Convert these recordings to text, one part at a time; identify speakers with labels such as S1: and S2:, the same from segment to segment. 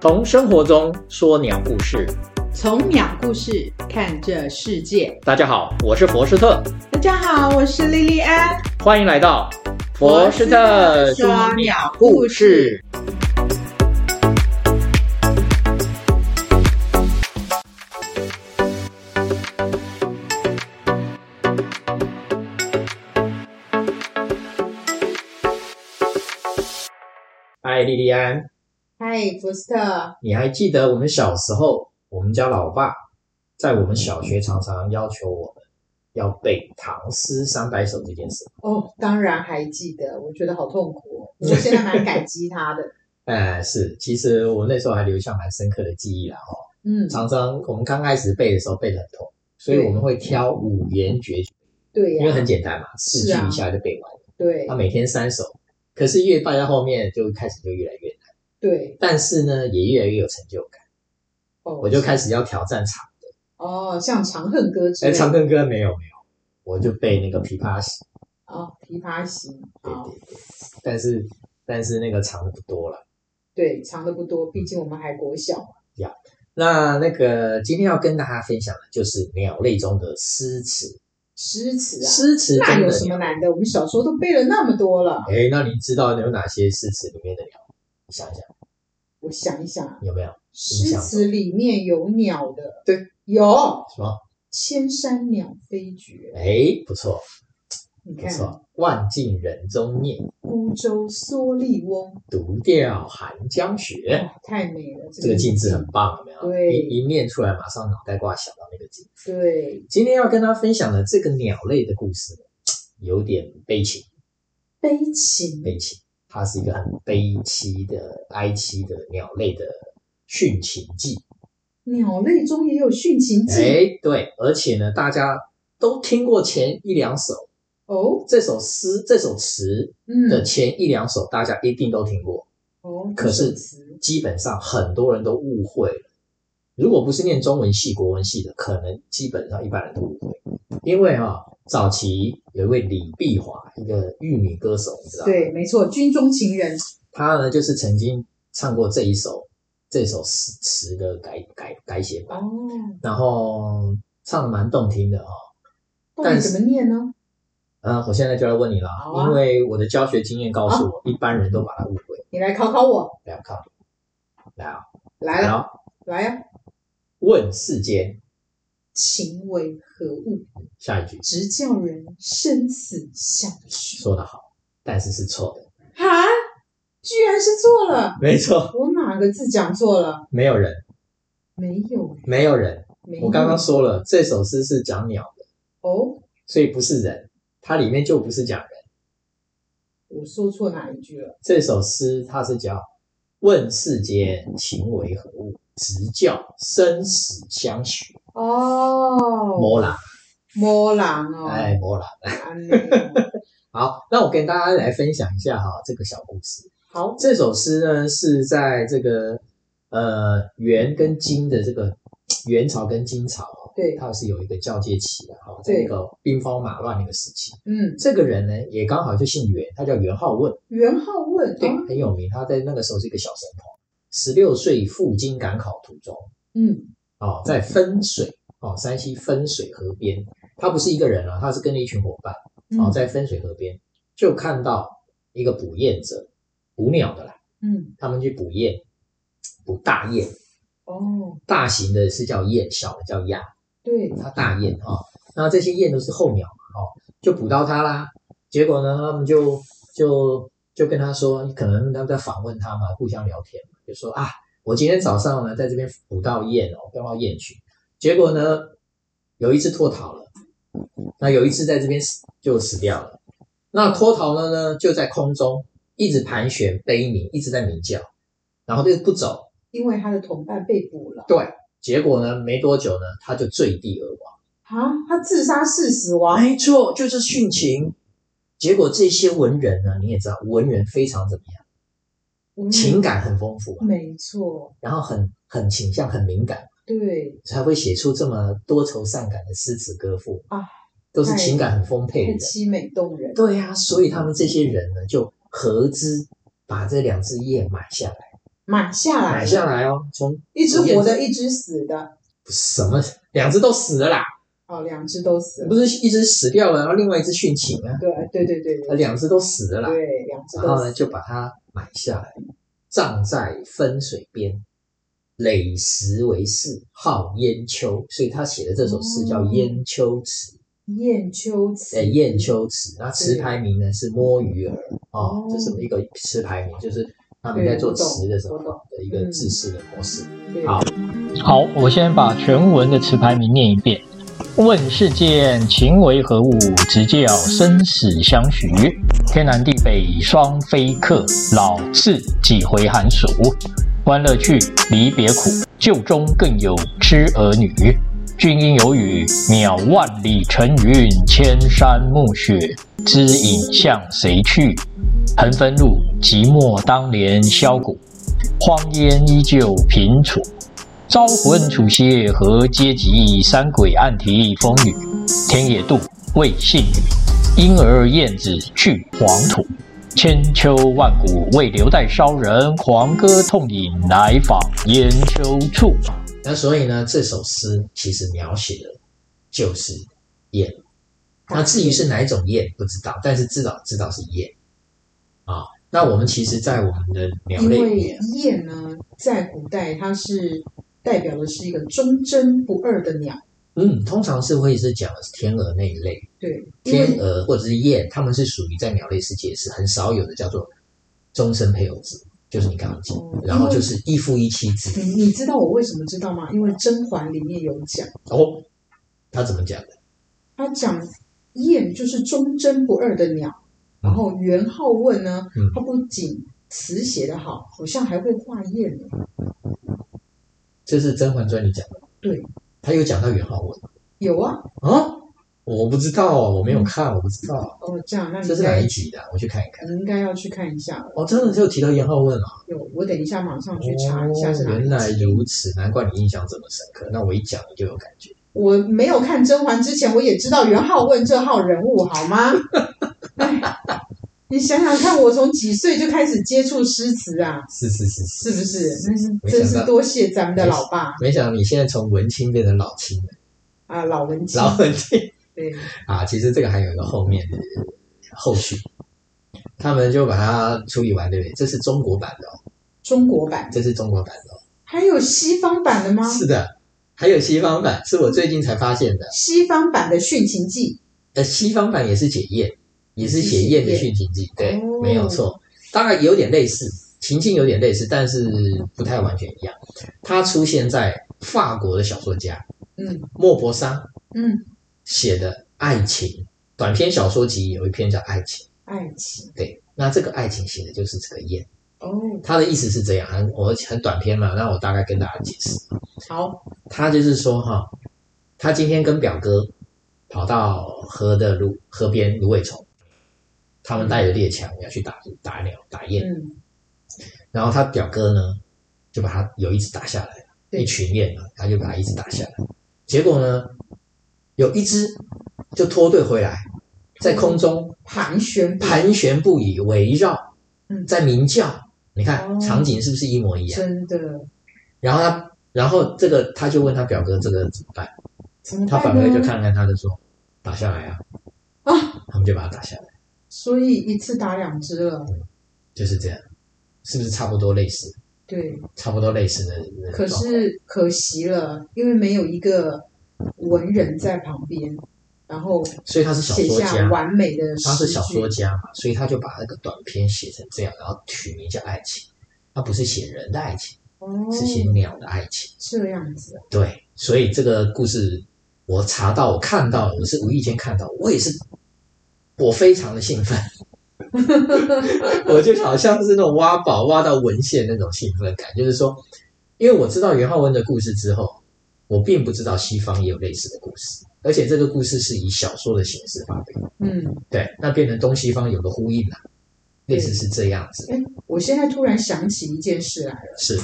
S1: 从生活中说鸟故事。
S2: 从鸟故事看这世界。
S1: 大家好，我是佛斯特，
S2: 大家好，我是莉莉安。
S1: 欢迎来到佛斯特说鸟故事。嗨，莉莉安，
S2: 嗨，福斯特，
S1: 你还记得我们小时候，我们家老爸在我们小学常常要求我们要背唐诗三百首这件事。
S2: 哦，当然还记得，我觉得好痛苦哦，我现在蛮感激他的。
S1: 哎，是，其实我那时候还留下蛮深刻的记忆啦。哦，
S2: 嗯，
S1: 常常我们刚开始背的时候背得很痛，所以我们会挑五言绝句，
S2: 对
S1: 因为很
S2: 呀，
S1: 简单嘛，四句
S2: 是啊
S1: 一下就背完了。
S2: 对哦
S1: 他、每天三首，可是越拜到后面就开始就越来越难，
S2: 对，
S1: 但是呢也越来越有成就感，
S2: 哦，
S1: 我就开始要挑战长。
S2: 哦，像《长恨歌》之
S1: 哎，
S2: 类
S1: 长
S2: 的
S1: 恨歌没有没有，我就背那个琵琶行。
S2: 哦，《琵琶行》
S1: 对
S2: 哦，
S1: 对对，但是但是那个长的不多了。
S2: 对，长的不多，毕竟我们还国小嘛。
S1: 那那个今天要跟大家分享的就是鸟类中的诗词，
S2: 诗词啊，
S1: 诗词
S2: 那
S1: 中
S2: 有
S1: 的
S2: 什
S1: 鸟。
S2: 么难的？我们小时候都背了那么多了，
S1: 哎，那你知道有哪些诗词里面的鸟？你想一想，
S2: 我想一想啊，
S1: 有没有
S2: 诗词里面有鸟的，
S1: 对，
S2: 有
S1: 什么？
S2: 千山鸟飞绝，
S1: 哎，不错
S2: 你
S1: 不
S2: 看
S1: 错，万径人踪灭，
S2: 孤舟蓑笠翁，
S1: 独钓寒江雪。
S2: 哇太美了，
S1: 哎这个
S2: 景
S1: 镜子很棒，有没有？
S2: 对
S1: 一一念出来，马上脑袋瓜想到那个景。
S2: 对
S1: 今天要跟大家分享的这个鸟类的故事，有点悲情。
S2: 悲情，
S1: 悲情，它是一个很悲凄的、哀凄的鸟类的殉情记。
S2: 鸟类中也有殉情记
S1: 哎，对，而且呢，大家都听过前一两首
S2: 哦，
S1: 这首诗、这首词的
S2: 嗯，
S1: 前一两首，大家一定都听过。
S2: 哦，
S1: 可是
S2: 这首词
S1: 基本上很多人都误会了，如果不是念中文系、国文系的，可能基本上一般人都误会，因为啊、早期有一位李碧华，一个玉女歌手，你知道吗？
S2: 对，没错，军中情人，
S1: 他呢，就是曾经唱过这一首这首诗词的改改改写版，
S2: 哦，
S1: 然后唱的蛮动听的哦。
S2: 到
S1: 但
S2: 底
S1: 是
S2: 怎么念呢？
S1: 嗯，我现在就来问你了，
S2: 好啊哦
S1: 因为我的教学经验告诉我，一般人都把它误会。
S2: 你来考考我，
S1: 来，我看，来啊，
S2: 来了，
S1: 啊，
S2: 来呀，
S1: 问世间，
S2: 情为何物？
S1: 下一句
S2: 直叫人生死相许。
S1: 说得好，但是是错的，
S2: 啊，居然是错了！
S1: 没错，
S2: 我哪个字讲错了？
S1: 没有人，
S2: 没有，
S1: 没有人。
S2: 没有。
S1: 我刚刚说了，这首诗是讲鸟的，
S2: 哦，
S1: 所以不是人，它里面就不是讲人。
S2: 我说错哪一句了？
S1: 这首诗它是叫“问世间情为何物，直教生死相许
S2: 哦，
S1: 摩啦，
S2: 摸狼哦，
S1: 哎，摩啦。
S2: 安内哦
S1: 好，那我跟大家来分享一下哈这个小故事。
S2: 好，
S1: 这首诗呢是在这个呃元跟金的这个元朝跟金朝哦，
S2: 对，
S1: 它是有一个交接期的哈，在那个兵荒马乱那个时期。
S2: 嗯，
S1: 这个人呢也刚好就姓元，他叫元好问。
S2: 元好问，
S1: 对
S2: 啊，
S1: 很有名。他在那个时候是一个小神童，十六岁赴京赶考途中，
S2: 嗯，
S1: 哦，在分水哦，山西分水河边，他不是一个人啊，他是跟着一群伙伴哦，
S2: 嗯，
S1: 在分水河边就看到一个捕雁者，捕鸟的啦，
S2: 嗯，
S1: 他们去捕雁，捕大雁，
S2: 哦，
S1: 大型的是叫雁，小的叫鸭，
S2: 对，
S1: 它大雁哦，那这些雁都是候鸟嘛，哦，就捕到它啦。结果呢，他们就就就跟他说，可能他们在访问他嘛，互相聊天嘛，就说啊，我今天早上呢在这边捕到雁哦，钓到雁群。结果呢，有一只脱逃了，那有一只在这边死就死掉了。那脱逃了呢，就在空中一直盘旋悲鸣，一直在鸣叫，然后就是不走。
S2: 因为他的同伴被捕了，
S1: 对，结果呢，没多久呢，他就坠地而亡。
S2: 啊，他自杀是死亡，
S1: 没错，哎就是殉情。结果这些文人呢，你也知道，文人非常怎么样，
S2: 嗯
S1: 情感很丰富啊，
S2: 没错，
S1: 然后很很倾向、很敏感，
S2: 对，
S1: 才会写出这么多愁善感的诗词歌赋
S2: 啊。
S1: 都是情感很丰沛的
S2: 很
S1: 人。
S2: 凄美动人。
S1: 对呀、所以他们这些人呢，就合资把这两只雁买下来，
S2: 买下来，
S1: 买下来哦，从
S2: 一只活的，一只死的。
S1: 什么两只都死了啦，
S2: 哦，两只都死了。
S1: 不是一只死掉了，然后另外一只殉情啊，
S2: 对对对对
S1: 啊
S2: 对，
S1: 两只都死了啦，
S2: 对两只
S1: 然
S2: 都
S1: 后呢
S2: 死。
S1: 就把它买下来，葬在分水边。垒石为誓，号燕丘，所以他写的这首诗叫
S2: 哦
S1: 《燕丘词》。
S2: 燕丘词
S1: 呃，雁丘词，那词牌名呢是摸鱼儿哦
S2: 哦，
S1: 这是一个词牌名，就是他们在做词的时候
S2: 对我懂
S1: 的一个制式的模式。
S2: 对
S1: 好
S3: 好，我先把全文的词牌名念一遍。问世间情为何物？直教生死相许。天南地北双飞客，老翅几回寒暑。欢乐去，离别苦。旧中更有痴儿呃女。君应有语，渺万里尘云，千山暮雪，知影向谁去？横汾路，寂寞当年箫鼓。荒烟依旧平楚，招魂楚些何阶级？三鬼暗啼风雨，田野渡未信女，婴儿燕子去黄土。千秋万古为留待烧人，狂歌痛饮来访烟丘处。
S1: 那所以呢，这首诗其实描写的就是雁。那至于是哪一种雁，不知道，但是至少知道是雁啊。那我们其实，在我们的鸟
S2: 因
S1: 类里
S2: 为
S1: 面，
S2: 燕呢，在古代它是代表的是一个忠贞不二的鸟，
S1: 嗯，通常是会是讲的是天鹅那一类，
S2: 对，因
S1: 天
S2: 为
S1: 鹅或者是雁，它们是属于在鸟类世界是很少有的，叫做终身配偶制，就是你刚刚讲
S2: 哦，嗯
S1: 然后就是一夫一妻制。
S2: 你你知道我为什么知道吗？因为《甄嬛》里面有讲，
S1: 哦，他怎么讲的？
S2: 他讲燕就是忠贞不二的鸟，然后元好问呢
S1: 嗯，
S2: 他不仅词写得好，好像还会画燕呢。
S1: 这是《甄嬛传》里讲的。
S2: 对，
S1: 他有讲到元好问
S2: 有啊，
S1: 啊，我不知道哦，我没有看，我不知道
S2: 哦，这样，那你
S1: 这
S2: 应
S1: 是哪
S2: 该
S1: 一集的啊，我去看一看。
S2: 你应该要去看一下了。
S1: 哦，真的是有提到元好问啊。
S2: 有，我等一下马上去查一下是
S1: 哦
S2: 哪一
S1: 原
S2: 集。
S1: 来如此，难怪你印象这么深刻。那我一讲你就有感觉。
S2: 我没有看《甄嬛》之前，我也知道元好问这号人物，好吗？ 哎你想想看，我从几岁就开始接触诗词啊，
S1: 是是是是，
S2: 是不是？那是
S1: 没想到
S2: 真是多谢咱们的老爸
S1: 没想到你现在从文青变成老青了，
S2: 啊，老文青。
S1: 老文青。
S2: 对，
S1: 啊，其实这个还有一个后面的后续，他们就把它处理完，对不对？这是中国版的哦，
S2: 中国版
S1: 这是中国版的哦。
S2: 还有西方版的吗？
S1: 是的，还有西方版，是我最近才发现的。
S2: 西方版的《殉情记
S1: 呃，西方版也是解燕，也是写燕的殉情记，对
S2: 哦，
S1: 没有错。当然有点类似，情境有点类似，但是不太完全一样。它出现在法国的小说家》。
S2: 嗯
S1: 莫泊桑
S2: 嗯，
S1: 写的《爱情》短篇小说集，有一篇叫《爱情》。
S2: 爱情
S1: 对，那这个爱情写的就是这个燕。
S2: 哦，
S1: 他的意思是这样，很我很短篇嘛，那我大概跟大家解释。
S2: 好，
S1: 他就是说哈，他今天跟表哥跑到河的芦河边芦苇丛，他们带着猎枪要去打打鸟打雁，
S2: 嗯，
S1: 然后他表哥呢就把他有一只打下来了，
S2: 对
S1: 一群雁嘛，他就把它一只打下来，结果呢有一只就脱队回来，在空中
S2: 盘旋版
S1: 盘旋不已，围绕
S2: 嗯，
S1: 在鸣叫。你看
S2: 哦
S1: 场景是不是一模一样？
S2: 真的
S1: 然后他，然后这个他就问他表哥这个怎么办，
S2: 怎么
S1: 他
S2: 办
S1: 表哥就
S2: 呢？
S1: 看看他就说打下来啊，
S2: 啊，
S1: 他们就把他打下来，
S2: 所以一次打两只了，
S1: 就是这样，是不是差不多类似，
S2: 对。
S1: 差不多类似的那
S2: 可
S1: 个状况？
S2: 是可惜了，因为没有一个文人在旁边，然后
S1: 所以他是小
S2: 写
S1: 说
S2: 下
S1: 家，
S2: 完美的诗
S1: 他是小说
S2: 句。
S1: 家嘛，所以他就把那个短篇写成这样，然后取名叫《爱情》，他不是写人的爱情，
S2: 哦，
S1: 是写鸟的爱情。
S2: 这样子啊，
S1: 对，所以这个故事我查到，我看到，我是无意间看到，我也是，我非常的兴奋，我就好像是那种挖宝挖到文献那种兴奋感，就是说，因为我知道袁浩文的故事之后，我并不知道西方也有类似的故事，而且这个故事是以小说的形式发表，
S2: 嗯，
S1: 对，那变成东西方有个呼应啦、类似是这样子，
S2: 我现在突然想起一件事来了，
S1: 是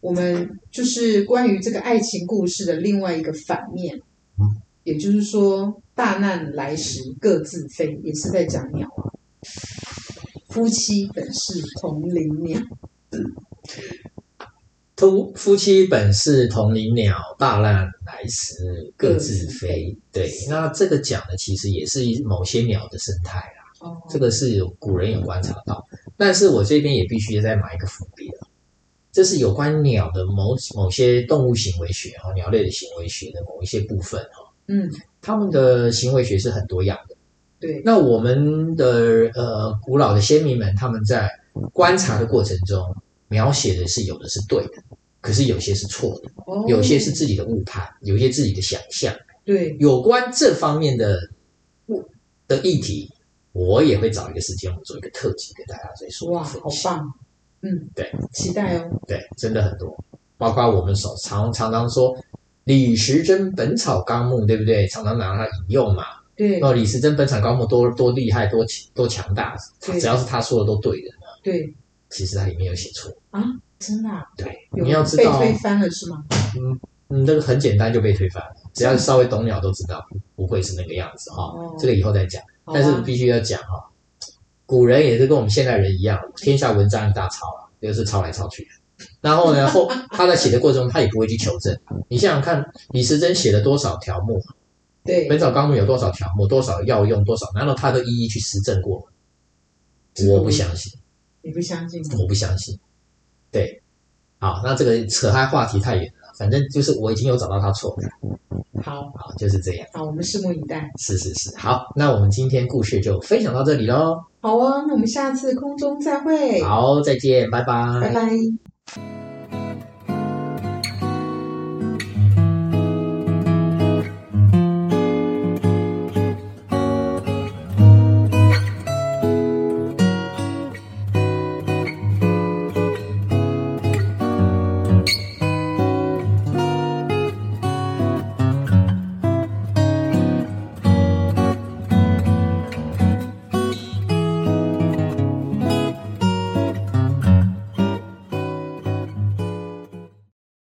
S2: 我们就是关于这个爱情故事的另外一个反面
S1: 嗯，
S2: 也就是说，大难来时各自飞，也是在讲鸟啊。夫妻本是同林鸟，
S1: 夫夫妻本是同林鸟，大难来时各自飞。对，那这个讲的其实也是某些鸟的生态啊，
S2: 哦，
S1: 这个是有古人有观察到。但是我这边也必须再埋一个伏笔了，这是有关鸟的某某些动物行为学哦，鸟类的行为学的某一些部分哦，
S2: 嗯，
S1: 它们的行为学是很多样的。
S2: 对，
S1: 那我们的呃古老的先民们，他们在观察的过程中描写的是有的是对的，可是有些是错的，
S2: 哦，
S1: 有些是自己的误判，有些自己的想象。
S2: 对，
S1: 有关这方面的
S2: 嗯
S1: 物的议题，我也会找一个时间，我们做一个特辑给大家再说。
S2: 哇，好！棒，嗯，
S1: 对，
S2: 期待哦，
S1: 对，真的很多，包括我们所常常常说李时珍《本草纲目》，对不对？常常拿它引用嘛。
S2: 对
S1: 那李时珍《本草纲目》多多厉害，多多强大，
S2: 对
S1: 只要是他说的都对的。
S2: 对，
S1: 其实它里面有写错。
S2: 真的啊，
S1: 对，
S2: 有
S1: 你要知
S2: 被
S1: 道，
S2: 推翻了是吗？
S1: 嗯嗯，这个很简单就被推翻了，只要稍微懂鸟都知道不会是那个样子哈、
S2: 哦
S1: 啊这个以后再讲，
S2: 好啊
S1: 但是必须要讲哈、古人也是跟我们现代人一样，天下文章一大抄啊，就是抄来抄去。然后呢， 后他在写的过程中，他也不会去求证。你想想看，李时珍写了多少条目，
S2: 对
S1: 《本草纲目》有多少条目，多少药用，多少，难道他都一一去实证过吗？我不相信。
S2: 你不相信？
S1: 我不相信。对，好，那这个扯开话题太远了，反正就是我已经有找到他错的，
S2: 好，
S1: 好，就是这样，
S2: 好，我们拭目以待。
S1: 是是是，好，那我们今天故事就分享到这里喽，
S2: 哦好啊，那我们下次空中再会，
S1: 好，再见，拜拜
S2: 拜拜。